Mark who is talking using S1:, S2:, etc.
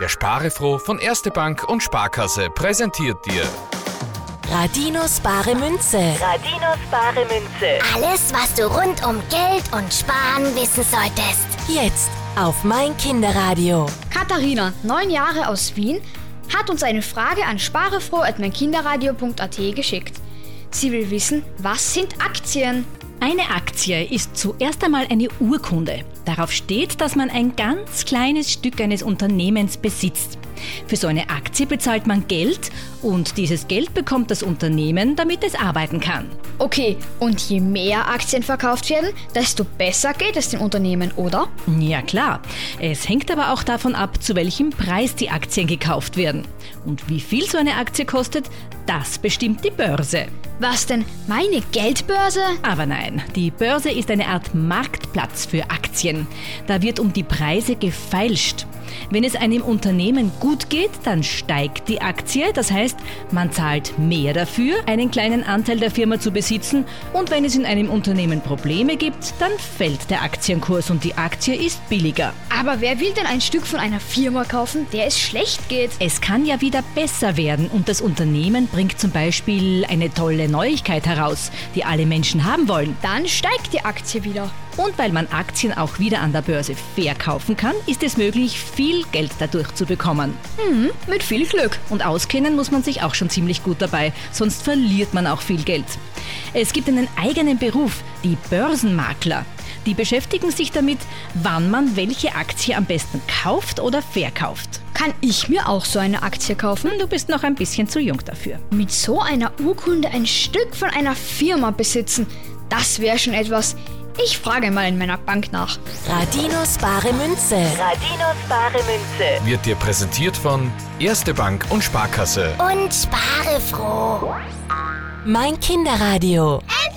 S1: Der Sparefroh von Erste Bank und Sparkasse präsentiert dir
S2: Radinos bare Münze.
S3: Radinos bare Münze.
S4: Alles, was du rund um Geld und Sparen wissen solltest.
S2: Jetzt auf mein Kinderradio.
S5: Katharina, neun Jahre aus Wien, hat uns eine Frage an sparefroh.meinkinderradio.at geschickt. Sie will wissen, was sind Aktien?
S6: Eine Aktie ist zuerst einmal eine Urkunde. Darauf steht, dass man ein ganz kleines Stück eines Unternehmens besitzt. Für so eine Aktie bezahlt man Geld und dieses Geld bekommt das Unternehmen, damit es arbeiten kann.
S5: Okay, und je mehr Aktien verkauft werden, desto besser geht es dem Unternehmen, oder?
S6: Ja klar, es hängt aber auch davon ab, zu welchem Preis die Aktien gekauft werden. Und wie viel so eine Aktie kostet, das bestimmt die Börse.
S5: Was denn? Meine Geldbörse?
S6: Aber nein, die Börse ist eine Art Marktplatz für Aktien. Da wird um die Preise gefeilscht. Wenn es einem Unternehmen gut geht, dann steigt die Aktie, das heißt, man zahlt mehr dafür, einen kleinen Anteil der Firma zu besitzen und wenn es in einem Unternehmen Probleme gibt, dann fällt der Aktienkurs und die Aktie ist billiger.
S5: Aber wer will denn ein Stück von einer Firma kaufen, der es schlecht geht?
S6: Es kann ja wieder besser werden und das Unternehmen bringt zum Beispiel eine tolle Neuigkeit heraus, die alle Menschen haben wollen.
S5: Dann steigt die Aktie wieder.
S6: Und weil man Aktien auch wieder an der Börse verkaufen kann, ist es möglich, viel Geld dadurch zu bekommen.
S5: Mhm, mit viel Glück.
S6: Und auskennen muss man sich auch schon ziemlich gut dabei, sonst verliert man auch viel Geld. Es gibt einen eigenen Beruf, die Börsenmakler. Die beschäftigen sich damit, wann man welche Aktie am besten kauft oder verkauft. Hm,
S5: Kann ich mir auch so eine Aktie kaufen?
S6: Du bist noch ein bisschen zu jung dafür.
S5: Mit so einer Urkunde ein Stück von einer Firma besitzen, das wäre schon etwas. Ich frage mal in meiner Bank nach.
S2: Radinos bare Münze.
S3: Radinos bare Münze.
S1: wird dir präsentiert von Erste Bank und Sparkasse.
S4: Und spare froh.
S2: Mein Kinderradio.
S4: Endlich!